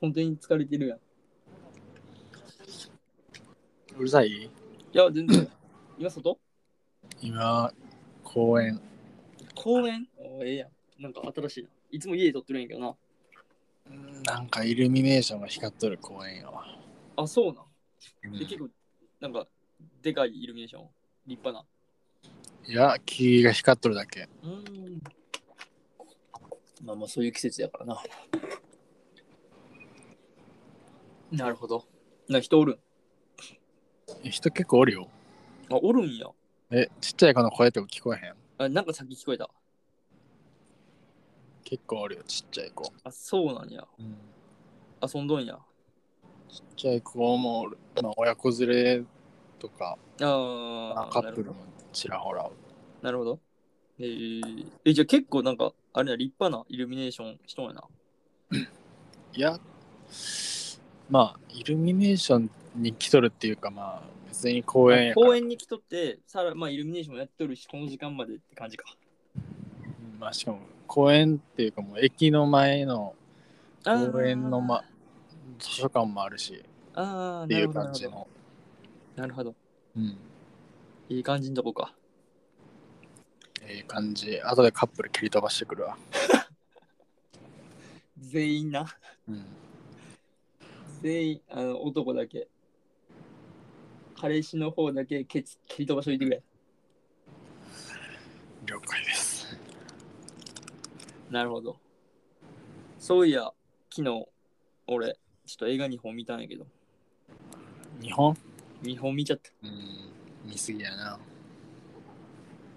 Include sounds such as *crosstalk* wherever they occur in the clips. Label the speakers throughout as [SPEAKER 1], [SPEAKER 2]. [SPEAKER 1] 本当に疲れてるやん。いう
[SPEAKER 2] るさい
[SPEAKER 1] や、全然。 *coughs* 今外
[SPEAKER 2] 今、公園。
[SPEAKER 1] 公園おーええやん。なんか新しいな。いつも家で撮ってるんやけどな。
[SPEAKER 2] うんなんかイルミネーションが光っとる公園やわ。
[SPEAKER 1] あ、そうなん。
[SPEAKER 2] うん
[SPEAKER 1] で、
[SPEAKER 2] い
[SPEAKER 1] 結構、なんか、でかいイルミネーション。立派な。
[SPEAKER 2] や、木が光っとるだけ。
[SPEAKER 1] うーん。まあまあ、そういう季節やからな。なるほど。な、人おるん。
[SPEAKER 2] 人結構おるよ。
[SPEAKER 1] あ、おるんや。
[SPEAKER 2] え、ちっちゃい子の声とか聞こえへん
[SPEAKER 1] あ、なんかさっき聞こえた。
[SPEAKER 2] 結構おるよ、ちっちゃい子。
[SPEAKER 1] あ、そうなんや。遊んどんや。
[SPEAKER 2] ちっちゃい子もおる、まあ、親子連れとか、ま
[SPEAKER 1] あ
[SPEAKER 2] あ
[SPEAKER 1] あ、
[SPEAKER 2] カップルもちらほらおる。
[SPEAKER 1] なるほど。えー、え、じゃあ結構なんか、あれな、立派なイルミネーションしとんやな。
[SPEAKER 2] いや、まあ、イルミネーションに来とるっていうか、まあ、別に公園やから、
[SPEAKER 1] 公園に来とって、さら、まあ、イルミネーションもやっとるし、この時間までって感じか。
[SPEAKER 2] うんまあ、しかも公園っていうか、もう駅の前の公園の、ま、図書館もあるし、
[SPEAKER 1] あーあー、
[SPEAKER 2] って
[SPEAKER 1] ないる
[SPEAKER 2] う
[SPEAKER 1] ほど。
[SPEAKER 2] 感じの。
[SPEAKER 1] なるほど。
[SPEAKER 2] うん。
[SPEAKER 1] いい感じのとこか。
[SPEAKER 2] ええ感じ。あとでカップル蹴り飛ばしてくるわ。
[SPEAKER 1] 全員な。
[SPEAKER 2] うん。
[SPEAKER 1] 全員、あの、男だけ。彼氏の方だけ蹴つ蹴り飛ばしといてくれ。
[SPEAKER 2] 了解です。
[SPEAKER 1] なるほど。そういや、昨日、俺、ちょっと映画2本見たんやけど、
[SPEAKER 2] 日本
[SPEAKER 1] 2本見ちゃった。
[SPEAKER 2] うん。見すぎやな。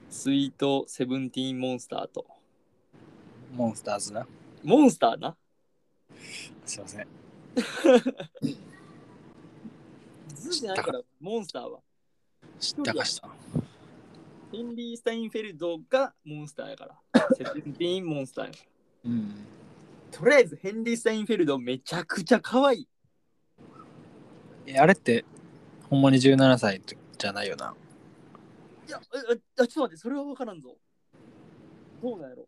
[SPEAKER 1] スイートセブンティーンモンスターと。
[SPEAKER 2] モンスターズな。
[SPEAKER 1] モンスターな。
[SPEAKER 2] すいません。
[SPEAKER 1] ズじゃないから、モンスターは。
[SPEAKER 2] 知ったかした。
[SPEAKER 1] ヘンリー・スタインフェルドがモンスターやから。 *laughs* セブンティーンモンスターやか
[SPEAKER 2] うん。
[SPEAKER 1] ら。とりあえず、ヘンリー・スタインフェルドめちゃくちゃ可愛い。
[SPEAKER 2] えあれって、ほんまに17歳じゃないよな。
[SPEAKER 1] いや、ええあちょっと待って、それは分からんぞ。どうなんやろ。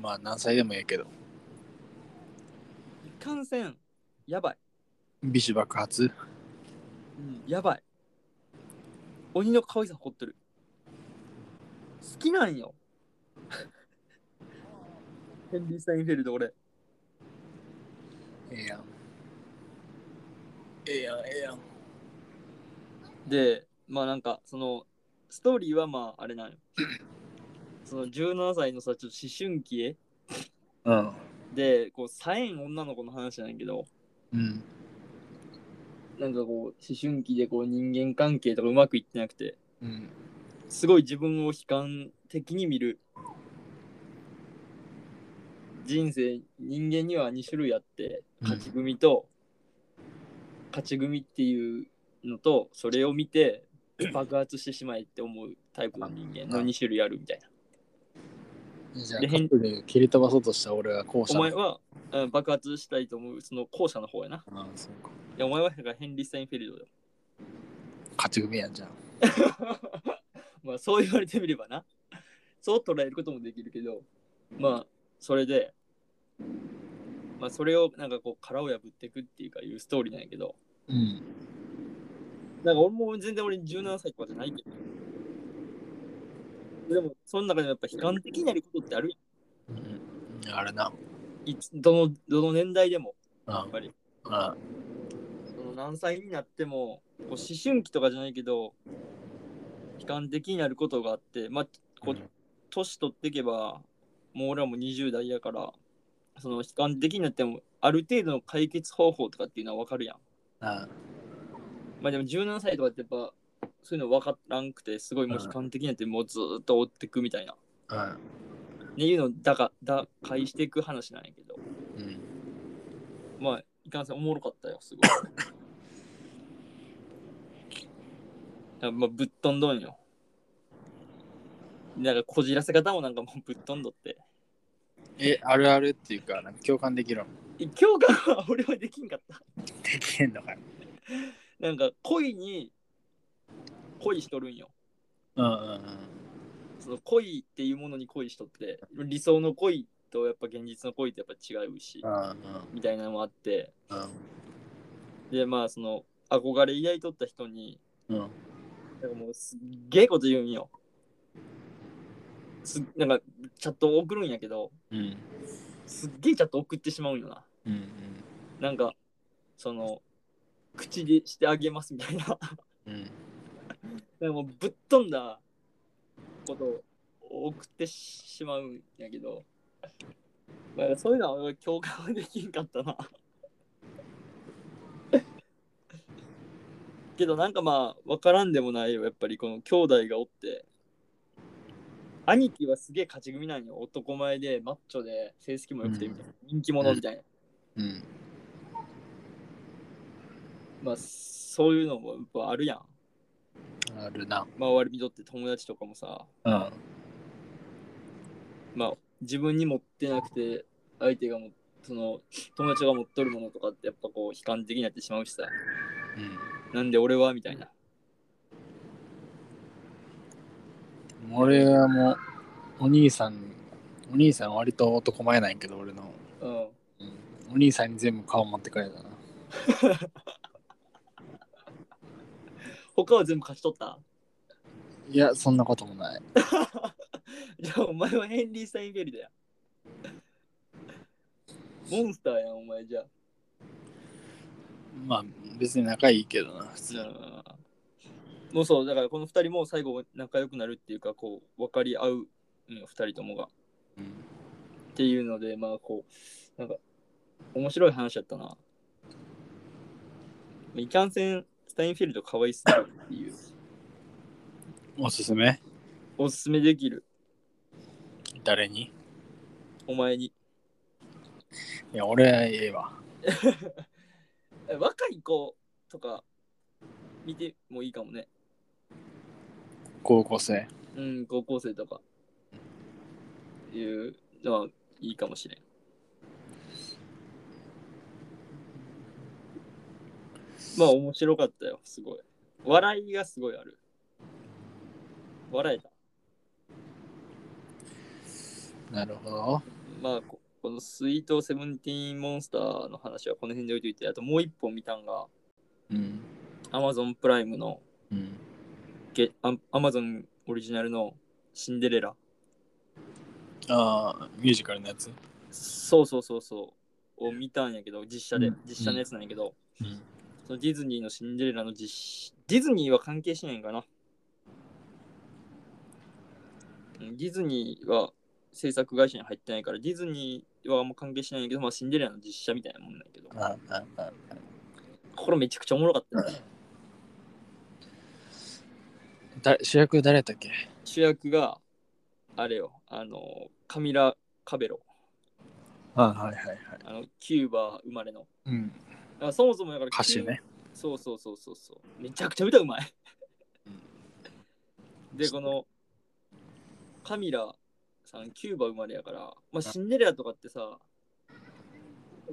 [SPEAKER 2] まあ、何歳でもええけど。
[SPEAKER 1] いかんせん、やばい。
[SPEAKER 2] 美酒爆発
[SPEAKER 1] うん、やばい。鬼の可愛さ誇ってる。好きなんよ。 *laughs* ヘンリー・スタインフェルド、俺。
[SPEAKER 2] ええやん。ええやん、ええやん。
[SPEAKER 1] でまあなんかそのストーリーはまああれなんよその17歳のさちょっと思春期へ
[SPEAKER 2] うん。
[SPEAKER 1] でこうさえん女の子の話なんやけど
[SPEAKER 2] うん。
[SPEAKER 1] なんかこう思春期でこう人間関係とかうまくいってなくて
[SPEAKER 2] うん。
[SPEAKER 1] すごい自分を悲観的に見る人生人間には2種類あって
[SPEAKER 2] うん
[SPEAKER 1] 勝ち組と、勝ち組っていうのとそれを見
[SPEAKER 2] *clears throat*
[SPEAKER 1] て爆発してしまえって思うタイプの人間の2種類あるみたいな。
[SPEAKER 2] じゃあ、
[SPEAKER 1] で
[SPEAKER 2] カップル蹴り飛ばそうとした俺は後
[SPEAKER 1] お
[SPEAKER 2] 者。
[SPEAKER 1] 前は、うん、爆発したいと思うその後者の方やな。
[SPEAKER 2] ああ、そうか。
[SPEAKER 1] いやお前はだからヘンリー・スタインフェルドだよ。
[SPEAKER 2] 勝ち組やんじゃん。
[SPEAKER 1] *laughs* まあそう言われてみればな。そう捉えることもできるけど、まあそれで、まあそれをなんかこう殻を破っていくっていうかいうストーリーなんやけど、
[SPEAKER 2] うん。
[SPEAKER 1] なんか俺も全然俺17歳とかじゃないけど、でもその中でもやっぱ悲観的になることってあるや
[SPEAKER 2] うん、あれな。
[SPEAKER 1] んいつどの、どの年代でも、
[SPEAKER 2] う
[SPEAKER 1] やっ
[SPEAKER 2] ん。
[SPEAKER 1] ぱり。
[SPEAKER 2] うん。
[SPEAKER 1] その何歳になってもこう思春期とかじゃないけど悲観的になることがあってまあこう
[SPEAKER 2] うん
[SPEAKER 1] 年取っていけばもう俺らも20代やからその悲観的になってもある程度の解決方法とかっていうのは分かるやん
[SPEAKER 2] あ
[SPEAKER 1] まあでも17歳とかってやっぱそういうの分からんくてすごいもう悲観的になってもうずーっと追ってくみたいな、
[SPEAKER 2] あ
[SPEAKER 1] ね、いうのをだか打開していく話なんやけど
[SPEAKER 2] うん。
[SPEAKER 1] まあいかんせんおもろかったよすごいいやまあぶっ飛んどんよなんかこじらせ方もなんかもうぶっ飛んどって
[SPEAKER 2] え、あるあるっていうか、なんか共感できるの
[SPEAKER 1] え今日から俺はできんかった
[SPEAKER 2] できへんのかよ。
[SPEAKER 1] なんか恋に恋しとるんよ
[SPEAKER 2] うんうんうん。
[SPEAKER 1] その恋っていうものに恋しとって理想の恋とやっぱ現実の恋ってやっぱ違うし、
[SPEAKER 2] あ
[SPEAKER 1] みたいなのもあって、
[SPEAKER 2] あ、
[SPEAKER 1] で、まあその、憧れ抱いとった人に、
[SPEAKER 2] うん。
[SPEAKER 1] なんかもうすっげえこと言うんよ。すなんか、チャット送るんやけど、
[SPEAKER 2] うん。
[SPEAKER 1] すっげえチャット送ってしまうんよな。
[SPEAKER 2] うん。
[SPEAKER 1] なんか、その、口にしてあげますみたいな。なんか
[SPEAKER 2] うん。
[SPEAKER 1] もうぶっ飛んだことを送ってしまうんやけど、まあ、そういうのは俺共感はできんかったな。 *laughs* けどなんかまあ分からんでもないよやっぱりこの兄弟がおって兄貴はすげえ勝ち組なんよ男前でマッチョで成績も良くてみたいな、人気者みたいな、
[SPEAKER 2] うん。
[SPEAKER 1] まあそういうのもやっぱあるやん
[SPEAKER 2] あるな。
[SPEAKER 1] 周りにとって友達とかもさ
[SPEAKER 2] うん。
[SPEAKER 1] まあ自分に持ってなくて相手がもその友達が持っとるものとかってやっぱこう悲観的になってしまうしさなんで俺はみたいな
[SPEAKER 2] うん。俺はもう、お兄さん、お兄さん割と男前なんやけど、俺の。
[SPEAKER 1] うん
[SPEAKER 2] うん。お兄さんに全部顔持ってかれたな。
[SPEAKER 1] 他は全部勝ち取った *laughs*
[SPEAKER 2] いや、そんなこともない。
[SPEAKER 1] じゃあお前はヘンリー・スタインベルだよモンスターやんお前じゃあ
[SPEAKER 2] まあ、別に仲いいけどな、普通に。
[SPEAKER 1] うんもうそうだからこの2人も最後仲良くなるっていうかこう分かり合う、うん、2人ともが
[SPEAKER 2] うん
[SPEAKER 1] っていうのでまあこうなんか面白い話やったな。いかんせんスタインフィールド可愛すぎるっていう
[SPEAKER 2] おすすめ
[SPEAKER 1] おすすめできる
[SPEAKER 2] 誰に
[SPEAKER 1] お前に
[SPEAKER 2] いや、俺はええわ。
[SPEAKER 1] え若い子とか見てもいいかもね
[SPEAKER 2] 高校生。
[SPEAKER 1] うん高校生とかいうのはいいかもしれんまあ面白かったよすごい笑いがすごいある笑えた
[SPEAKER 2] なるほど。
[SPEAKER 1] まあ、ここのスイートセブンティーンモンスターの話はこの辺で置いといて、あともう一本見たんが、
[SPEAKER 2] うん。
[SPEAKER 1] Amazon プライムの
[SPEAKER 2] うん。
[SPEAKER 1] ゲ、ア Amazon オリジナルのシンデレラ。
[SPEAKER 2] ああ、ミュージカルのやつ。
[SPEAKER 1] そうそうそうそう。を見たんやけど、実写で
[SPEAKER 2] うん、
[SPEAKER 1] 実写のやつなんやけど、
[SPEAKER 2] うん。
[SPEAKER 1] そのディズニーのシンデレラの実写、ディズニーは関係しないんかな。うんディズニーは制作会社に入ってないから、ディズニーはあんま関係しないんやけど、まあ、シンデレラの実写みたいなもんなんやけど、
[SPEAKER 2] ああ、あ
[SPEAKER 1] これめちゃくちゃおもろかったよね。
[SPEAKER 2] だ主役誰だったっけ
[SPEAKER 1] 主役があれよあのカミラ・カベロ
[SPEAKER 2] あはいはいはい。
[SPEAKER 1] あのキューバ生まれの
[SPEAKER 2] うん。
[SPEAKER 1] だからそもそもだから
[SPEAKER 2] 歌
[SPEAKER 1] キ
[SPEAKER 2] 手
[SPEAKER 1] ュー
[SPEAKER 2] ね。
[SPEAKER 1] そうそうそうそうそうめちゃくちゃ歌うまいでこのカミラさんキューバ生まれやから、まあ、シンデレラとかってさ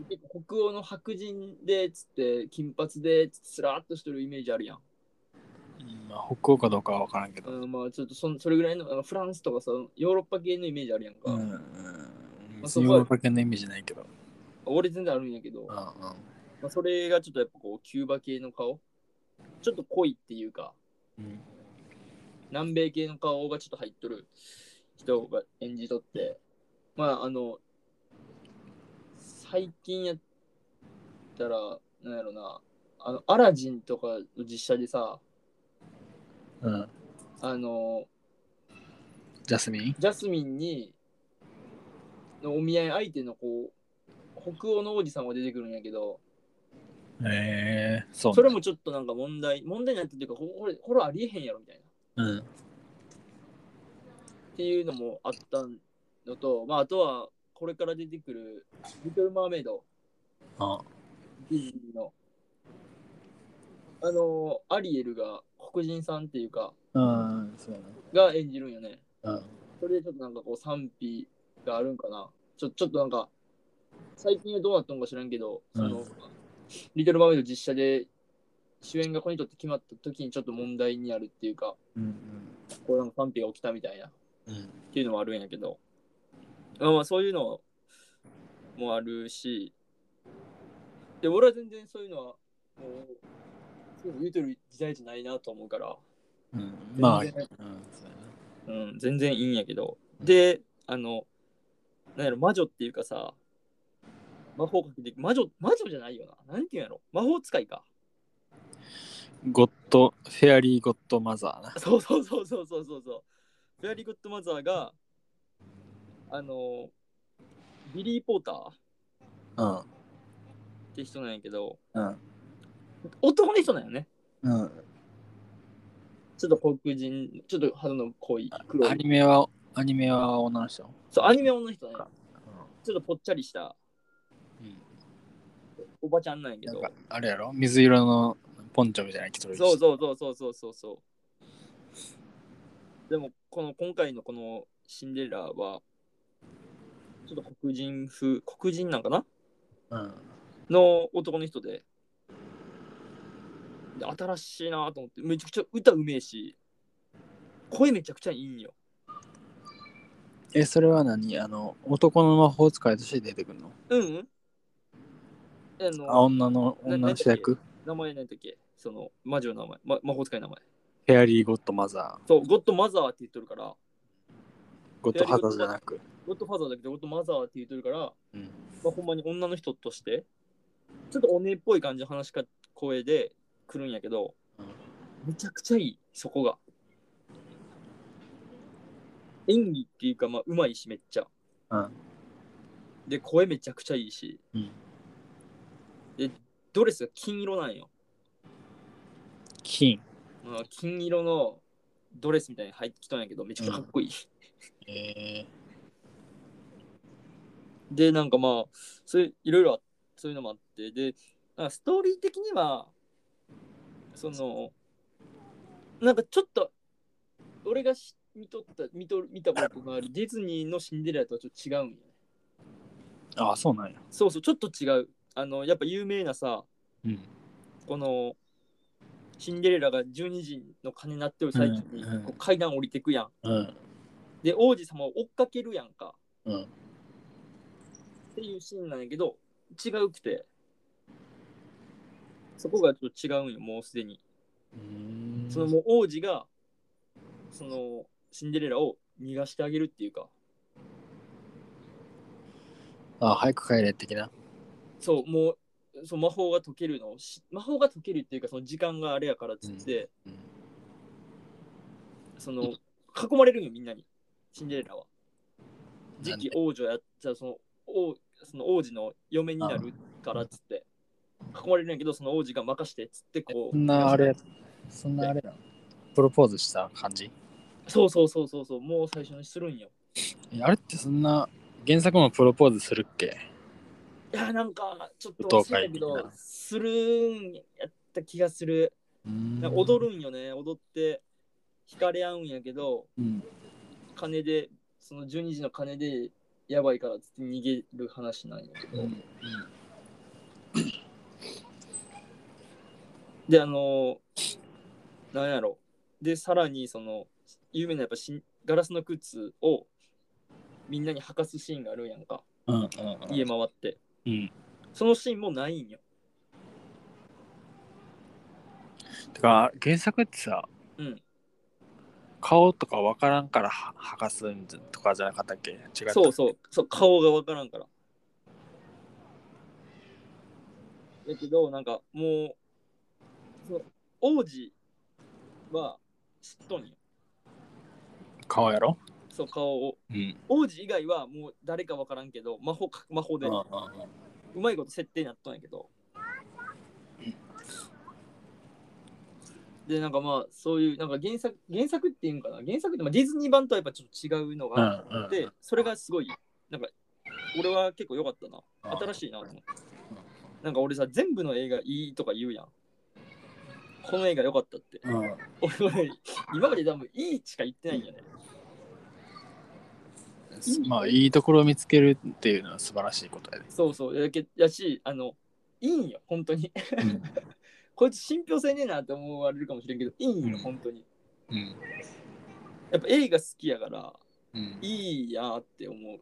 [SPEAKER 1] 結構北欧の白人でっつって金髪でっつってスラーっとしてるイメージあるやん、
[SPEAKER 2] うんまあ、北欧かどうかは分からんけど。
[SPEAKER 1] うん、まあちょっとそんそれぐらいのあのフランスとかさヨーロッパ系のイメージあるやんか、
[SPEAKER 2] うん。うん
[SPEAKER 1] あ
[SPEAKER 2] 別
[SPEAKER 1] そこ
[SPEAKER 2] に
[SPEAKER 1] は
[SPEAKER 2] ヨーロッパ系のイメージないけど。
[SPEAKER 1] 俺全然あるんやけど、
[SPEAKER 2] うんうん。
[SPEAKER 1] まあ、それがちょっとやっぱこうキューバ系の顔ちょっと濃いっていうか
[SPEAKER 2] うん
[SPEAKER 1] 南米系の顔がちょっと入っとる人が演じとってまああの最近やったらなんやろなあのアラジンとかの実写でさ
[SPEAKER 2] うん。
[SPEAKER 1] あの
[SPEAKER 2] ジャスミン
[SPEAKER 1] ジャスミンにのお見合い相手のこう北欧の王子さんが出てくるんやけど、
[SPEAKER 2] ええそう。
[SPEAKER 1] それもちょっとなんか問題、問題になってるというか、ここれ、これありえへんやろみたいな。
[SPEAKER 2] うん。
[SPEAKER 1] っていうのもあったのと、まあ、あとは、これから出てくる、リトル・マーメイド、
[SPEAKER 2] あ
[SPEAKER 1] ディズニーの、あのーアリエルが、黒人さんっていうか、
[SPEAKER 2] うん。そうや
[SPEAKER 1] が演じるんよね。
[SPEAKER 2] な。うん。
[SPEAKER 1] それでちょっとなんかこう、賛否があるんかな。ちょちょっとなんか、最近はどうなったのか知らんけど、その、
[SPEAKER 2] うん
[SPEAKER 1] リトル・マーメイド実写で、主演がこれにとって決まった時にちょっと問題になるっていうか、
[SPEAKER 2] うん。
[SPEAKER 1] こうなんか賛否が起きたみたいな。
[SPEAKER 2] うん。
[SPEAKER 1] っていうのもあるんやけど、まあ、まあそういうのもあるし、で、俺は全然そういうのは、もう、そういうの言うてる時代じゃないなと思うから、
[SPEAKER 2] うん
[SPEAKER 1] 全然
[SPEAKER 2] まあ、うん、そうやな
[SPEAKER 1] うん、全然いいんやけど。
[SPEAKER 2] うん
[SPEAKER 1] で、あの、なんやろ、魔女っていうかさ、魔法かけて、魔女、魔女じゃないよな。なんていうんやろ、魔法使いか。 *laughs*
[SPEAKER 2] ゴッド、フェアリーゴッドマザーな。
[SPEAKER 1] そうそうそうそうそうそうそう。フェアリー・グッド・マザーが、あの、ビリー・ポーターっ
[SPEAKER 2] うん。
[SPEAKER 1] て人なんやけど、
[SPEAKER 2] うん
[SPEAKER 1] 男の人なんよね。
[SPEAKER 2] うん、
[SPEAKER 1] ちょっと黒人、ちょっと肌の濃い黒
[SPEAKER 2] ア
[SPEAKER 1] い。
[SPEAKER 2] ニメは、アニメは女の人。
[SPEAKER 1] そう、アニメ女の人なんよ。
[SPEAKER 2] う
[SPEAKER 1] ちょっとぽっちゃりした
[SPEAKER 2] ん。うん
[SPEAKER 1] おばちゃんなんやけ
[SPEAKER 2] なん
[SPEAKER 1] ど
[SPEAKER 2] か。あれやろ水色のポンチョみたいな着とる
[SPEAKER 1] そうそうそうそうそうそうそう。でもこの今回のこのシンデレラはちょっと黒人風黒人なんかな
[SPEAKER 2] う。うん。
[SPEAKER 1] の男の人でで新しいなと思ってめちゃくちゃ歌うめえし声めちゃくちゃいいんよ。
[SPEAKER 2] え、それは何あの、男の魔法使いとして出てくるの
[SPEAKER 1] うん、うん、あ
[SPEAKER 2] あ、
[SPEAKER 1] の
[SPEAKER 2] 女の、
[SPEAKER 1] な
[SPEAKER 2] 女の主役
[SPEAKER 1] 名前なんだっけその魔女の名前、ま、魔法使いの名前。
[SPEAKER 2] フェアリーゴッドマザ
[SPEAKER 1] そうゴッドマザーって言っとるから
[SPEAKER 2] ー。ゴッドハザーじゃなく。
[SPEAKER 1] ゴッドファザーだけどゴッドマザーって言っとるから
[SPEAKER 2] うん。
[SPEAKER 1] まあ、ほんまに女の人としてちょっとおねえっぽい感じの話しか声で来るんやけどめちゃくちゃいいそこが演技っていうかまあうまいしめっちゃ、
[SPEAKER 2] うん
[SPEAKER 1] で声めちゃくちゃいいし、
[SPEAKER 2] うん
[SPEAKER 1] でドレスが金色なんよ、
[SPEAKER 2] 金。
[SPEAKER 1] うん金色のドレスみたいに入ってきたんやけどめちゃくちゃかっこいい、
[SPEAKER 2] え
[SPEAKER 1] で、なんかまあ、そういう、いろいろあ、そういうのもあって、で、なんかストーリー的には、その、なんかちょっと、俺がし見とった、見と見たことのあるディズニーのシンデレラとはちょっと違うんよね。
[SPEAKER 2] ー、あ、そうなんや。
[SPEAKER 1] そうそう、ちょっと違う。あの、やっぱ有名なさ、
[SPEAKER 2] うん。
[SPEAKER 1] この、シンデレラが12時の鐘鳴ってる最中に
[SPEAKER 2] うんうん
[SPEAKER 1] こう階段降りてくやん。
[SPEAKER 2] うん。
[SPEAKER 1] で、王子様を追っかけるやんか。
[SPEAKER 2] うん。
[SPEAKER 1] っていうシーンなんやけど違うくてそこがちょっと違うんよもうすでに
[SPEAKER 2] うん
[SPEAKER 1] そのもう王子がそのシンデレラを逃がしてあげるっていうか
[SPEAKER 2] あ、早く帰れ的な。
[SPEAKER 1] そうもうそう魔法が解けるのをし魔法が解けるっていうかその時間があれやからっつって、
[SPEAKER 2] うんうん
[SPEAKER 1] その囲まれるんよみんなにシンデレラは次
[SPEAKER 2] なんで
[SPEAKER 1] 期王女やっちゃうその王その王子の嫁になるからっつって囲まれるんやけどその王子が任してっつってこう
[SPEAKER 2] そんなあれ、そんなあれなのプロポーズした感じ
[SPEAKER 1] そうそうそうそうそう、もう最初にするんよ。
[SPEAKER 2] えあれってそんな原作もプロポーズするっけ
[SPEAKER 1] いや、なんか、ちょっと忘れたけ
[SPEAKER 2] 舞踏会的
[SPEAKER 1] ど
[SPEAKER 2] な、
[SPEAKER 1] するんやった気がする。なんか踊
[SPEAKER 2] る、
[SPEAKER 1] るんよね、踊って、惹かれ合うんやけど、
[SPEAKER 2] うん、
[SPEAKER 1] 金で、その12時の金で、やばいからっつって逃げる話なんやけど。
[SPEAKER 2] うん
[SPEAKER 1] で、あのーなんやろ。で、さらに、その、有名なやっぱしんガラスの靴を、みんなに履かすシーンがあるやんか、
[SPEAKER 2] うんうん
[SPEAKER 1] 家回って。
[SPEAKER 2] うん
[SPEAKER 1] そのシーンもないんよ。
[SPEAKER 2] てか原作ってさ、
[SPEAKER 1] うん
[SPEAKER 2] 顔とかわからんからははかすんとかじゃなかったっけ違った
[SPEAKER 1] そうそう、そう顔がわからんから。だけど、なんかもう、そう王子は知っとんよ。
[SPEAKER 2] 顔やろ
[SPEAKER 1] そう、顔を。
[SPEAKER 2] うん
[SPEAKER 1] 王子以外はもう誰かわからんけど、魔法か魔法で
[SPEAKER 2] うんうん
[SPEAKER 1] うまいこと設定になっとんやけど。で、なんかまあ、そういう、なんか原作、原作っていうんかな。原作って、まあ、ディズニー版とはやっぱちょっと違うの
[SPEAKER 2] う
[SPEAKER 1] が
[SPEAKER 2] んうん
[SPEAKER 1] で、それがすごい、なんか、俺は結構良かったな。
[SPEAKER 2] あ
[SPEAKER 1] 新しいなと思って。なんか俺さ、全部の映画いいとか言うやん。この映画良かったって。
[SPEAKER 2] うん
[SPEAKER 1] 俺、今まで多分いいしか言ってないんやね。
[SPEAKER 2] まあいいところを見つけるっていうのは素晴らしいことやで、
[SPEAKER 1] そうそう。やけやし、あの、いいんよ、本当に。 *laughs*
[SPEAKER 2] うん
[SPEAKER 1] こいつ信憑性ねえなって思われるかもしれんけど、いいん
[SPEAKER 2] う
[SPEAKER 1] よ、
[SPEAKER 2] ん
[SPEAKER 1] 本当に。
[SPEAKER 2] うん
[SPEAKER 1] やっぱ映画好きやから、
[SPEAKER 2] うん、
[SPEAKER 1] いいやーって思う。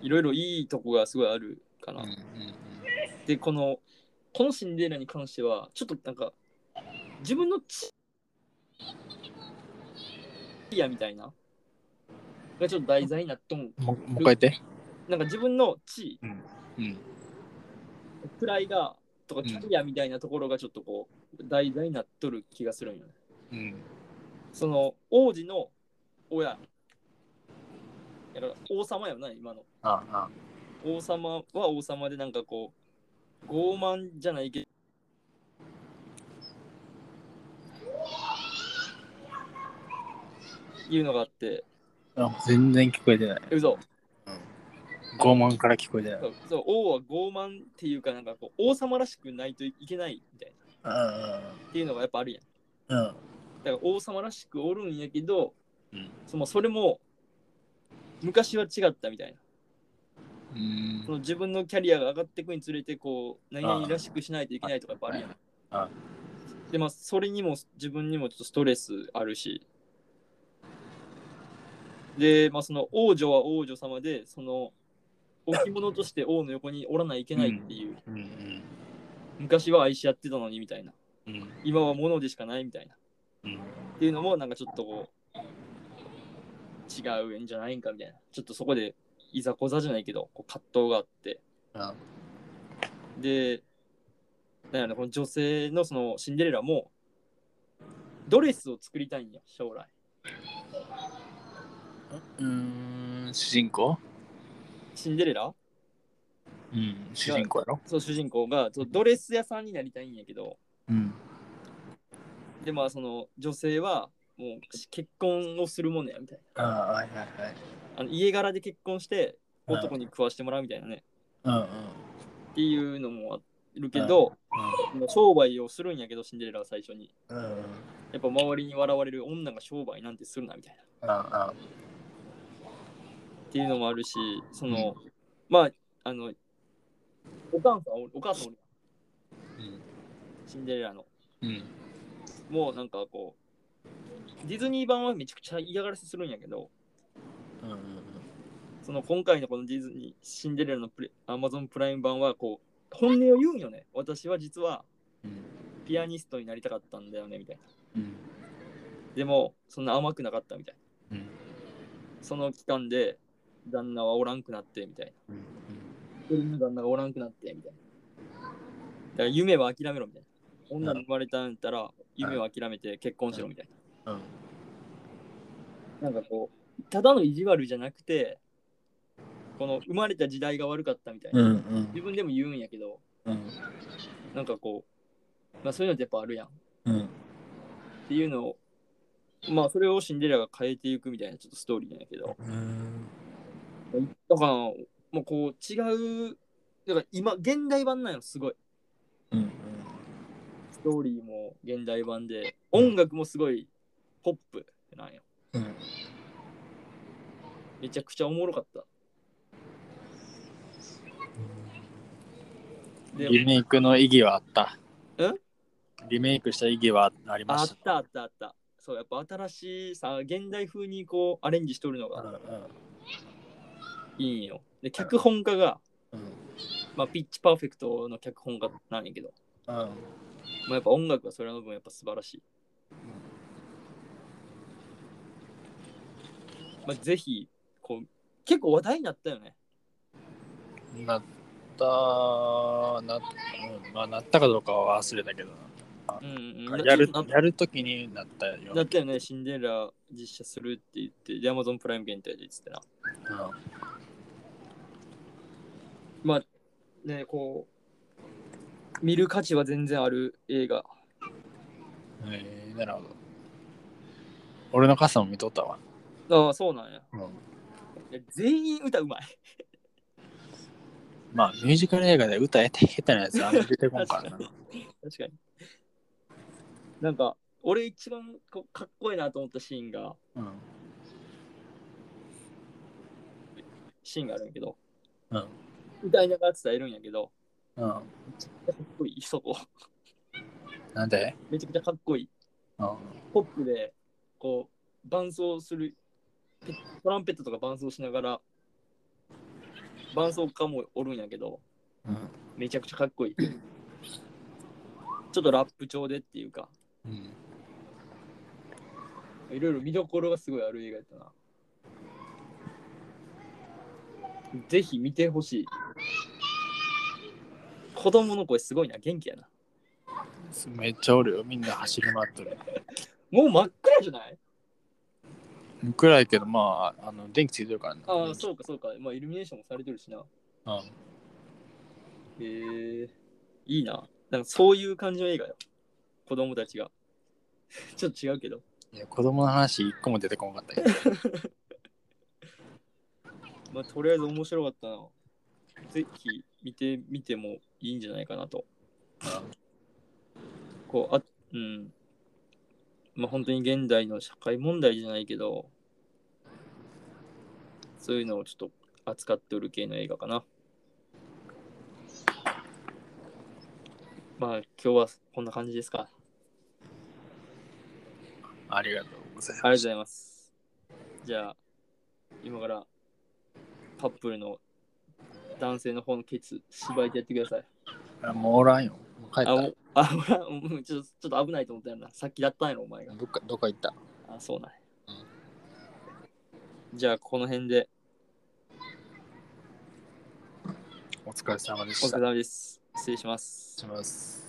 [SPEAKER 1] いろいろいいとこがすごいあるかな。
[SPEAKER 2] うんうん
[SPEAKER 1] でこのこのシンデレラに関してはちょっとなんか自分のちいいやみたいながちょっと題材になっとん
[SPEAKER 2] うんもうもう一回言って。
[SPEAKER 1] なんか自分の地位
[SPEAKER 2] うん。
[SPEAKER 1] 位がとか
[SPEAKER 2] うん
[SPEAKER 1] キャリアみたいなところがちょっとこう題材になっとる気がするんよね。
[SPEAKER 2] うん。
[SPEAKER 1] その王子の親だから王様よな今の
[SPEAKER 2] ああ。
[SPEAKER 1] 王様は王様でなんかこう傲慢じゃないけどいうのがあって
[SPEAKER 2] あ全然聞こえてない。
[SPEAKER 1] 嘘
[SPEAKER 2] 傲慢から聞こえてない。
[SPEAKER 1] そうそう王は傲慢っていうかなんかこう王様らしくないといけないみたいなっていうのがやっぱあるやん
[SPEAKER 2] うん。うん。
[SPEAKER 1] だから王様らしくおるんやけど、
[SPEAKER 2] うん
[SPEAKER 1] そのそれも昔は違ったみたいな
[SPEAKER 2] うん
[SPEAKER 1] そ。の自分のキャリアが上がっていくにつれてこう何々らしくしないといけないとかやっぱあるやん。
[SPEAKER 2] あ
[SPEAKER 1] でまあそれにも自分にもちょっとストレスあるし。でまあその王女は王女様でその置物として王の横におらないといけないっていう、
[SPEAKER 2] うんうん
[SPEAKER 1] 昔は愛し合ってたのにみたいな
[SPEAKER 2] うん
[SPEAKER 1] 今は物でしかないみたいな
[SPEAKER 2] うん
[SPEAKER 1] っていうのもなんかちょっとこう違うんじゃないんかみたいなちょっとそこでいざこざじゃないけどこう葛藤があって
[SPEAKER 2] あ
[SPEAKER 1] で、なんやろこの女性のそのシンデレラも、ドレスを作りたいんや、将来。
[SPEAKER 2] うーん主人公
[SPEAKER 1] シンデレラ
[SPEAKER 2] うん主人公やろ
[SPEAKER 1] そう、主人公がそうドレス屋さんになりたいんやけど、
[SPEAKER 2] うん
[SPEAKER 1] で、まあ、その女性は、もう結婚をするものや、みたい
[SPEAKER 2] ああはいはいはい
[SPEAKER 1] な。あの家柄で結婚して、
[SPEAKER 2] うん
[SPEAKER 1] 男に食わしてもらうみたいなね。
[SPEAKER 2] うんうん
[SPEAKER 1] っていうのもあるけど、商売をするんやけど、シンデレラは最初に。
[SPEAKER 2] うんうん
[SPEAKER 1] やっぱ周りに笑われる女が商売なんてするな、みたいな。
[SPEAKER 2] ああ
[SPEAKER 1] っていうのもあるし、その、まあ、あの、お母さんおる、お母さんおる
[SPEAKER 2] うん
[SPEAKER 1] やんシンデレラの。
[SPEAKER 2] うん
[SPEAKER 1] もうなんかこう、ディズニー版はめちゃくちゃ嫌がらせするんやけど、
[SPEAKER 2] うんうん
[SPEAKER 1] その今回のこのディズニー、シンデレラのプレアマゾンプライム版はこう、本音を言うんよね。私は実は
[SPEAKER 2] うん
[SPEAKER 1] ピアニストになりたかったんだよね、みたいな。
[SPEAKER 2] うん
[SPEAKER 1] でも、そんな甘くなかったみたいな。
[SPEAKER 2] うん
[SPEAKER 1] その期間で、旦那はおらんくなって、みたいな。
[SPEAKER 2] うん
[SPEAKER 1] 一人の旦那がおらんくなってみたいな。だから夢は諦めろみたいな。女に生まれたんやったら夢を諦めて結婚しろみたい
[SPEAKER 2] うん
[SPEAKER 1] な。なんかこう、ただの意地悪じゃなくて、この生まれた時代が悪かったみたいな。
[SPEAKER 2] うんうん
[SPEAKER 1] 自分でも言うんやけど、
[SPEAKER 2] うん
[SPEAKER 1] なんかこう、まあそういうのってやっぱあるやん。っ
[SPEAKER 2] うん
[SPEAKER 1] ていうのを、まあそれをシンデレラが変えていくみたいなちょっとストーリーなんやけど。
[SPEAKER 2] うん
[SPEAKER 1] だから、もうこう違う、だから今、現代版なんよ、すごい。
[SPEAKER 2] うん
[SPEAKER 1] ストーリーも現代版で、音楽もすごいポップなんよ。
[SPEAKER 2] うん
[SPEAKER 1] めちゃくちゃおもろかった。で
[SPEAKER 2] リメイクの意義はあった
[SPEAKER 1] え
[SPEAKER 2] リメイクした意義はありま
[SPEAKER 1] ああ
[SPEAKER 2] し
[SPEAKER 1] ったたあったあった。そう、やっぱ新しいさ、現代風にこうアレンジしとるの
[SPEAKER 2] うん
[SPEAKER 1] が
[SPEAKER 2] うん
[SPEAKER 1] いいんよ。で、脚本家が、
[SPEAKER 2] うん
[SPEAKER 1] まあ、ピッチパーフェクトの脚本家なんやけど、
[SPEAKER 2] うん
[SPEAKER 1] まあ、やっぱ音楽はそれの分やっぱ素晴らしい。まあ、ぜひ、こう、結構話題になったよね。
[SPEAKER 2] なったな,、うんまあ、なったかどうかは忘れたけど
[SPEAKER 1] うんうん
[SPEAKER 2] な
[SPEAKER 1] うん。
[SPEAKER 2] やる
[SPEAKER 1] な
[SPEAKER 2] やるときになったよ。
[SPEAKER 1] だったよね、シンデレラ実写するって言って、で、アマゾンプライム限定で言ってたな。まあ、ね、こう、見る価値は全然ある映画。
[SPEAKER 2] うんえーなるほど。俺の傘も見とったわ。
[SPEAKER 1] ああ、そうなんや。
[SPEAKER 2] うん
[SPEAKER 1] いや全員歌うまい。
[SPEAKER 2] まあ、ミュージカル映画で歌えて下手なやつあんま出てこんからな。
[SPEAKER 1] 確かに。なんか、俺一番こうかっこいいなと思ったシーンが、
[SPEAKER 2] うん
[SPEAKER 1] シーンがあるんやけど、
[SPEAKER 2] うん
[SPEAKER 1] 歌いながら伝えるんやけど、
[SPEAKER 2] うん、
[SPEAKER 1] かっこいい、そこ。
[SPEAKER 2] なんで、
[SPEAKER 1] めちゃくちゃかっこいい。
[SPEAKER 2] うん
[SPEAKER 1] ポップで、こう、伴奏する、トランペットとか伴奏しながら、伴奏家もおるんやけど、
[SPEAKER 2] うん
[SPEAKER 1] めちゃくちゃかっこいい。ちょっとラップ調でっていうか、
[SPEAKER 2] うん
[SPEAKER 1] いろいろ見どころがすごいある映画やったな。ぜひ見てほしい。子供の声すごいな、元気やな。
[SPEAKER 2] めっちゃおるよ。みんな走り回っとる。
[SPEAKER 1] もう真っ暗じゃない
[SPEAKER 2] 暗いけど、まあ、あの電気ついてるからね。
[SPEAKER 1] ああ、そうかそうか。まあ、イルミネーションもされてるしな。
[SPEAKER 2] うん。
[SPEAKER 1] へえいいな。なんかそういう感じの映画よ。子供たちが。 *laughs* ちょっと違うけど。
[SPEAKER 2] いや、子供の話一個も出てこなかったけど。
[SPEAKER 1] まあ、とりあえず面白かったな。ぜひ見てみてもいいんじゃないかなと。こう、あ、うん。まあ、本当に現代の社会問題じゃないけど、そういうのをちょっと扱っておる系の映画かな。まあ、今日はこんな感じですか。
[SPEAKER 2] ありがとうござ
[SPEAKER 1] あ
[SPEAKER 2] い
[SPEAKER 1] りがとうご
[SPEAKER 2] ます。
[SPEAKER 1] ざいます。じゃあ、今からカップルの男性の方のケツ、縛いてやってください。
[SPEAKER 2] あもうおらんよ。もう帰っ
[SPEAKER 1] あ、も
[SPEAKER 2] た。
[SPEAKER 1] う、あ、ほら、うんちょっと、ちょっと危ないと思ったよな。さっきやったんやろ、お前が。
[SPEAKER 2] どっか、どっか行った。
[SPEAKER 1] あ、そうなんや。じゃあ、この辺で
[SPEAKER 2] お疲れ様で
[SPEAKER 1] お
[SPEAKER 2] し
[SPEAKER 1] 疲
[SPEAKER 2] た。
[SPEAKER 1] れ様です。失礼します
[SPEAKER 2] し。ます。